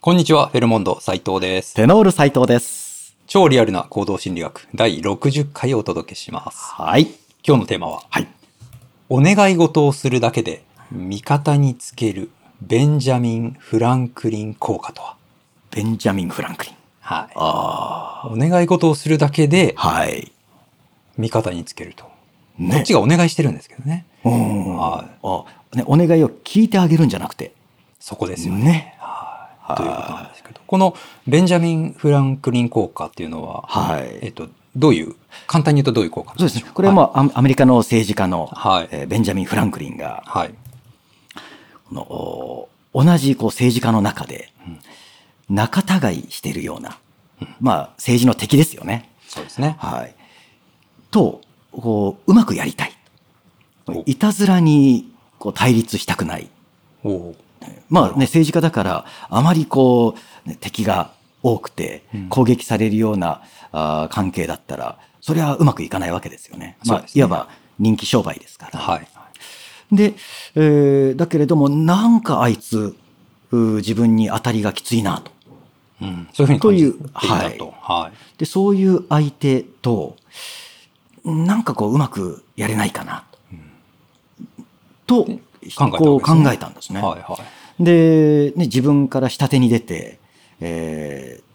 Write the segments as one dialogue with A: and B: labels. A: こんにちは、フェルモンド斉藤です。
B: テノール斉藤です。
A: 超リアルな行動心理学第60回をお届けします。
B: はい。
A: 今日のテーマは、
B: はい。
A: お願い事をするだけで味方につけるベンジャミン・フランクリン効果とは。
B: ベンジャミン・フランクリン。
A: はい。
B: ああ。
A: お願い事をするだけで
B: はい。
A: 味方につけると。こ
B: ね。
A: っちがお願いしてるんですけどね。
B: うん。
A: は
B: あ、ね、お願いを聞いてあげるんじゃなくて。
A: そこですよね。
B: ね。
A: はい。ということなんですけど、このベンジャミン・フランクリン効果っていうのは、
B: は
A: えっ
B: い。
A: と、どういう、簡単に言うとどういう効果なん
B: そうです
A: しょ
B: ね。これは、まあ、アアメリカの政治家の、
A: はい
B: えーベンジャミン・フランクリンが、
A: はい。はい。
B: このお同じこう政治家の中で、仲違いしているような、まあ、政治の敵ですよね。
A: そうですね。
B: はい。と、こう、うまくやりたい
A: お。
B: いたずらに、こう、対立したくない。
A: おお。
B: まあね、政治家だから、あまりこう、ね敵が多くて
A: うん、
B: 攻撃されるような、あー関係だったら、それはうまくいかないわけですよね。ま
A: そう
B: あ
A: で、すね
B: いわば人気商売ですから。
A: はい。
B: で、えーだけれども、なんかあいつ、うー自分に当たりがきついなと。
A: うん、そういうふうに感じてい
B: という
A: たと。はい。
B: で、そういう相手と、なんかこう、うまくやれないかなと、
A: で
B: こ
A: 考
B: う
A: えたわけですね
B: 考えたんですね。
A: はい。はい。
B: で、ね、自分から下手に出て、えーね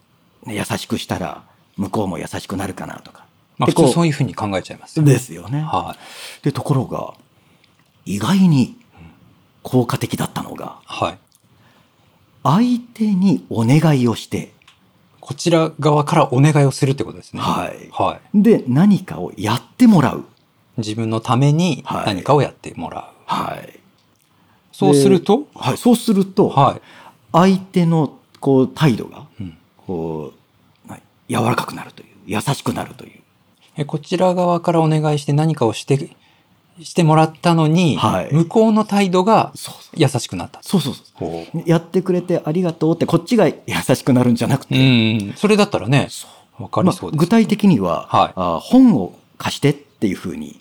B: 優しくしたら、向こうも優しくなるかなとか。
A: まあ、
B: で
A: 普
B: こう
A: 通そういうふうに考えちゃいますよね。
B: ですよね。
A: はい。
B: で、ところが、意外に効果的だったのが、
A: はい。
B: 相手にお願いをして、
A: こちら側からお願いをするってことですね。
B: はい
A: は
B: で、何かをやってもらう。
A: い。自分のために
B: はい
A: 何かをやってもらう。
B: はい。
A: そうすると、
B: はい、そうすると、
A: は
B: 相手のこう態度が
A: い。うん
B: こうはい柔らかくなるという優しくなるという、
A: えこちら側からお願いして何かをして、してもらったのに、
B: はい
A: 向こうの態度が
B: そうそ
A: 優しくなった。
B: そうそうそう
A: ほう
B: やってくれてありがとうってこっちが優しくなるんじゃなく
A: う
B: て、
A: ん。それだったらね、
B: そう
A: わかりそう
B: まあ
A: です。
B: 具体的には、
A: はい
B: あ本を貸してっていうふうに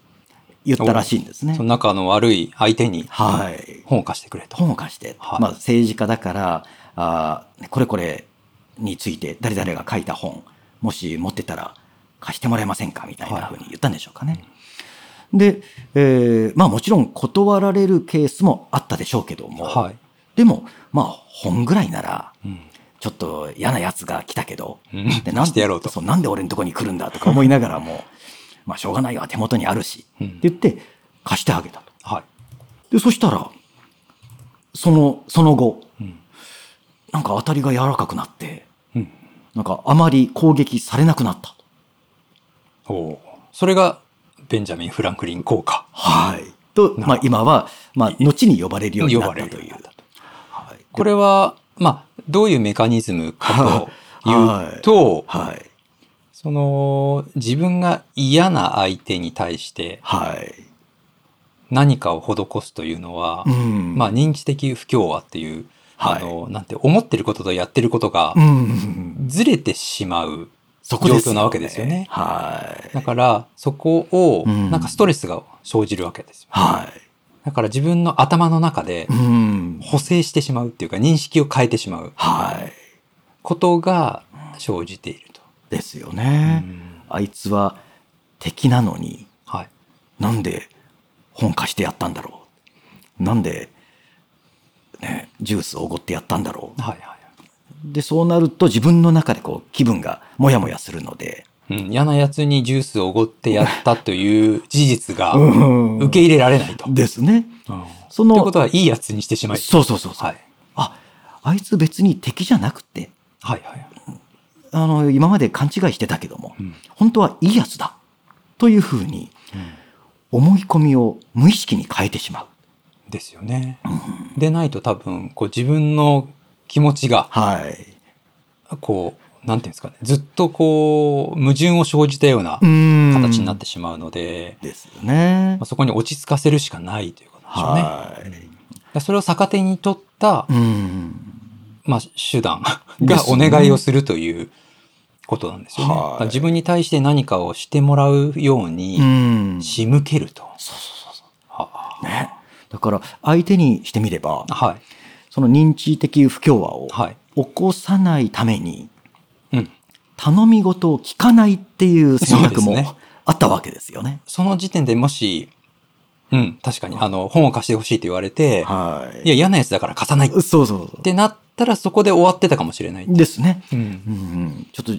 B: 言ったらしいんですね
A: そ。の仲の悪い相手に
B: はい、
A: 本を貸してくれと。
B: 本を貸して、
A: はい
B: まあ、政治家だからあこれこれについて誰々が書いた本もし持ってたら貸してもらえませんかみたいなふうに言ったんでしょうかね。で、えーまあ、もちろん断られるケースもあったでしょうけども、
A: はい。
B: でも、まあ、本ぐらいなら
A: うん
B: ちょっと嫌なやつが来たけど、
A: うん
B: でなん
A: してやろうと
B: そうなんで俺のとこに来るんだとか思いながらも、まあ、しょうがないわ、手元にあるし、
A: うん
B: って言って、貸してあげたと。
A: はい。
B: で、そしたら、その、その後、
A: うん
B: なんか当たりが柔らかくなって、
A: うん
B: なんかあまり攻撃されなくなったと。
A: おそれがベンジャミン・フランクリン効果
B: はい。と、まあ、今は、まあ、後に呼ばれるように
A: 呼
B: な
A: ば
B: っ
A: れる
B: たと
A: よう
B: い
A: に
B: う
A: なった。
B: はい。
A: これはまあどういうメカニズムかというと、
B: はい。
A: その自分が嫌な相手に対して
B: はい。
A: 何かを施すというのは、
B: ん
A: まあ、認知的不協和っていう、
B: はい
A: あのなんて思ってることとやってることが
B: うん。
A: ずれてしまう、
B: そこです
A: 状況なわけですよね
B: はい。
A: だからそこを
B: うん
A: なんかストレスが生じるわけですよ。
B: は
A: だから自分の頭の中で
B: い。うん。
A: 補正してしまうっていうか認識を変えてしまう。
B: はい。
A: ことが生じていると。
B: ですよ
A: う
B: ね。
A: ん
B: あいつは敵なのに、
A: はい。
B: なんで本貸してやったんだろう。なんで、ね、ジュースおごってやったんだろう。
A: はいは
B: で、そうなると自分の中でこう気分がもやもやするので、
A: い。うん、嫌な奴にジュースをおごってやったという事実が
B: うん
A: 受け入れられないと。
B: ですね。
A: うん
B: そ
A: とい
B: の
A: うことはいい奴にしてしまい。
B: そうそうそうそう、
A: はい。
B: あ、あいつ別に敵じゃなくて、
A: はいはい。
B: あの、今まで勘違いしてたけども、
A: うん
B: 本当はいいやつだ。というふうに、思い込みを無意識に変えてしまう。
A: ですよね。でないと多分、こう自分の気持ちが、
B: はい。
A: こう、なんていうんですかね、ずっとこう、矛盾を生じたような
B: うん
A: 形になってしまうので、
B: ですよね
A: まあ。そこに落ち着かせるしかないということでしょうね。だか
B: はい。
A: らそれを逆手に取った
B: うん。
A: まあ、手段
B: で
A: が
B: す
A: お
B: ね
A: 願いをするということなんですよね。
B: は
A: だ
B: い
A: から自分に対して何かをしてもらうように
B: ん
A: 仕向けると。
B: そうそうそうそ
A: は
B: う。ね。だから、相手にしてみれば
A: あ、はい。
B: その認知的不協和を
A: はい。
B: 起こさないために、
A: うん。
B: 頼み事を聞かないっていう選択
A: そう
B: も
A: ですね
B: あったわけですよね。
A: その時点でもし、うん、確かに、あの、本を貸してほしいと言われて、
B: はい。
A: いや、嫌なやつだから貸さないっ
B: そうそうそう。
A: てなったら、そこで終わってたかもしれない。
B: ですね。
A: うん。
B: うんうん、ちょっと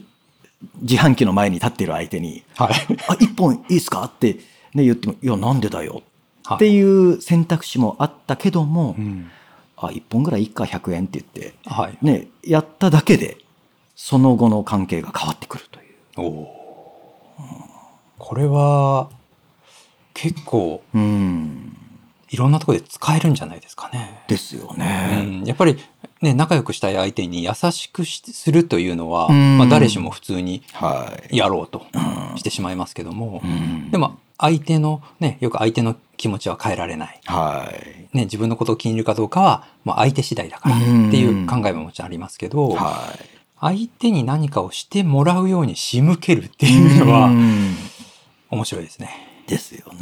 B: 自販機の前に立っている相手に
A: はい。
B: 「あ一本いいですか?」って、ね、言っても「いやなんでだよ」
A: はい
B: っていう選択肢もあったけども「
A: うん。
B: あ一本ぐらいいっか100円」って言って、
A: はい。
B: ね、やっただけでその後の関係が変わってくるとい
A: お
B: う。
A: お。これは、結構、
B: うん、
A: いろんなところで使えるんじゃないですかね。
B: ですよ
A: う
B: ね。
A: ん、やっぱり、ね、仲良くしたい相手に優しくしするというのは、
B: うん
A: まあ、誰しも普通に
B: はい、
A: やろうと
B: うん
A: してしまいますけども、
B: うん
A: でも相手の、ね、よく相手の気持ちは変えられない、
B: はい
A: ね、自分のことを気に入るかどうかは、まあ、相手次第だからって
B: うん
A: いう考えももちろんありますけど、
B: は
A: 相手に何かをしてもらうように仕向けるって
B: い
A: いうの
B: う
A: は
B: ん
A: 面白いですね。
B: ですよね。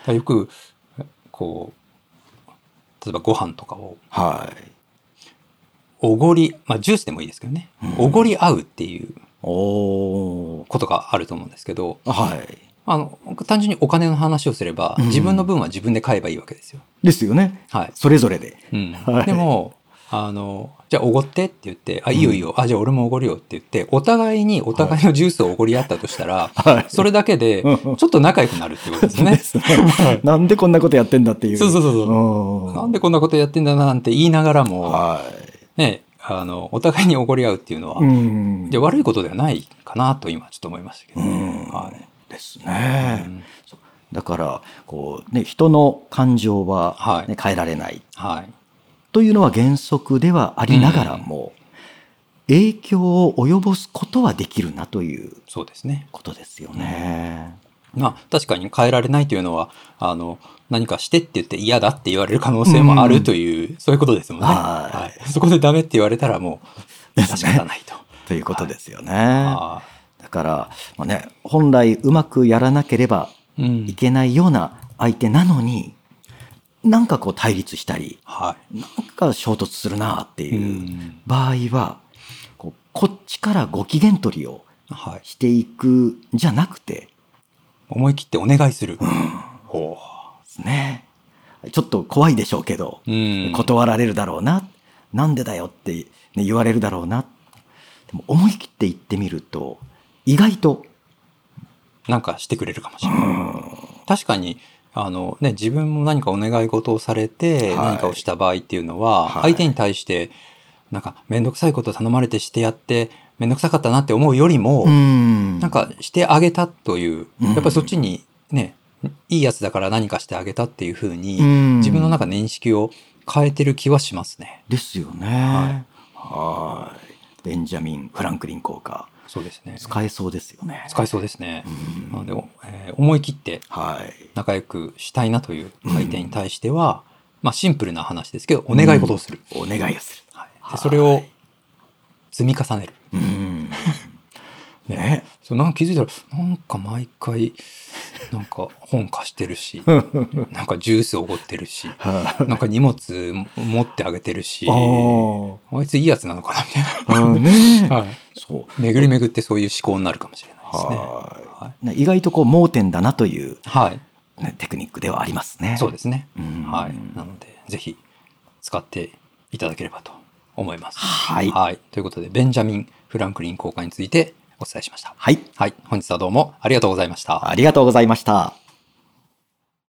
A: だからよくこう例えばご飯とかを
B: はい
A: おごり、まあ、ジュースでもいいですけどね
B: うん
A: おごり合うっていう
B: おー
A: ことがあると思うんですけど
B: はい。
A: あの単純にお金の話をすれば
B: うん
A: 自分の分は自分で買えばいいわけですよ。
B: ですよね。
A: はい
B: それぞれで。
A: うん
B: はい
A: でもあのじゃあおごってって言って「あいいよいいよ、あじゃあ俺もおごるよ」って言ってお互いにお互いのジュースをおごり合ったとしたら、
B: はい
A: それだけでち
B: うんう
A: ょっと仲良くなるってことです ね。
B: ですねなんでこんなことやってんだっていう。
A: そうそうそうそう
B: う
A: なんでこんなことやってんだなんて言いながらも、
B: は
A: ね、あのお互いにおごり合うっていうのは、
B: い。うん
A: で悪いことではないかなと今ちょっと思いましたけど、
B: うん
A: はい
B: です
A: う
B: ね。
A: ん
B: そうだから、こう、ね、人の感情
A: は、
B: はいね変えられない
A: はい、
B: というのは原則ではありながらも、影響を及ぼすことはできるなという
A: そうですね。
B: ことですよね。
A: まあ、確かに変えられないというのはあの何かしてって言って嫌だって言われる可能性もあるという、そういうことですもんね、
B: はい
A: いそこでダメって言われたらも う
B: ですね
A: 仕方ないと。
B: ということですよね。
A: あ
B: だから、まあね、本来うまくやらなければ
A: ーうん
B: いけないような相手なのに、なんかこう対立したり、
A: は
B: なんか衝突するなって
A: い、う
B: いうん場合は、こうこっちからご機嫌取りを
A: はい、
B: していくんじゃなくて、
A: 思い切ってお願いする。ほ
B: ね、ちょっと怖いでしょうけど
A: う、うん
B: 断られるだろうな、なんでだよって、ね、言われるだろうな、でも思い切って言ってみると、意外と、
A: なんかしてくれるかもしれない。確かにあの、ね、自分も何かお願い事をされて
B: はい
A: 何かをした場合っていうのは、
B: はい
A: 相手に対してなんか面倒くさいことを頼まれてしてやって面倒くさかったなって思うよりも、
B: ん
A: なん、かしてあげたという、
B: う
A: や
B: ん
A: っぱりそっちにね、いいやつだから何かしてあげたっていうふうに、
B: うん
A: 自分の中で認識を変えてる気はしますね。
B: ですよね。はい。ベンジャミン・フランクリン効果。
A: そうですね。
B: 使えそうですよね。
A: 使えそうですね。
B: うん
A: なので、おえー思い切って
B: はい。
A: 仲良くしたいなという相手に対しては、まあシンプルな話ですけど、お願い事をする。
B: お願いをす
A: はい
B: は
A: で
B: い
A: それを積み重ねる。
B: る。うん。ね。
A: そうなんか気づいたら、なんか毎回、なんか本貸してる し、なんかジュースおごってるし、
B: は
A: なんか荷物持ってあげてるし、
B: い。あ
A: あいついいやつなのかなみたい
B: あ。ね
A: な。はい。
B: そう。
A: 巡り巡ってそういう思考になるかもしれないですね。
B: はね意外とこう盲点だなという、
A: はい。
B: ね、テクニックではありますね。
A: そうですね。
B: うん
A: はい。なので、ぜひ使っていただければと思います。
B: はい
A: ということで、ベンジャミン・フランクリン効果についてお伝えしました。
B: はい。
A: はい。本日はどうもありがとうございました。
B: ありがとうございました。